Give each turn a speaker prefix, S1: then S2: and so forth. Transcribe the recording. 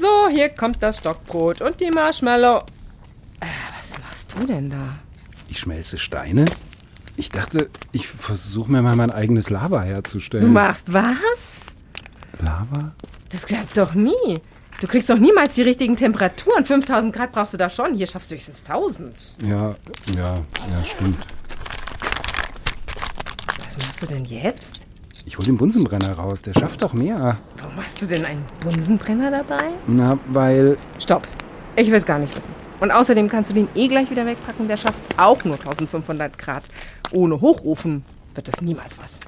S1: So, hier kommt das Stockbrot und die Marshmallow. Äh, was machst du denn da?
S2: Ich schmelze Steine? Ich dachte, ich versuche mir mal mein eigenes Lava herzustellen.
S1: Du machst was?
S2: Lava?
S1: Das klappt doch nie. Du kriegst doch niemals die richtigen Temperaturen. 5000 Grad brauchst du da schon. Hier schaffst du höchstens 1000.
S2: Ja, ja, ja, stimmt.
S1: Was machst du denn jetzt?
S2: Ich hol den Bunsenbrenner raus, der schafft doch mehr.
S1: Warum hast du denn einen Bunsenbrenner dabei?
S2: Na, weil.
S1: Stopp. Ich will's gar nicht wissen. Und außerdem kannst du den eh gleich wieder wegpacken. Der schafft auch nur 1500 Grad. Ohne Hochofen wird das niemals was.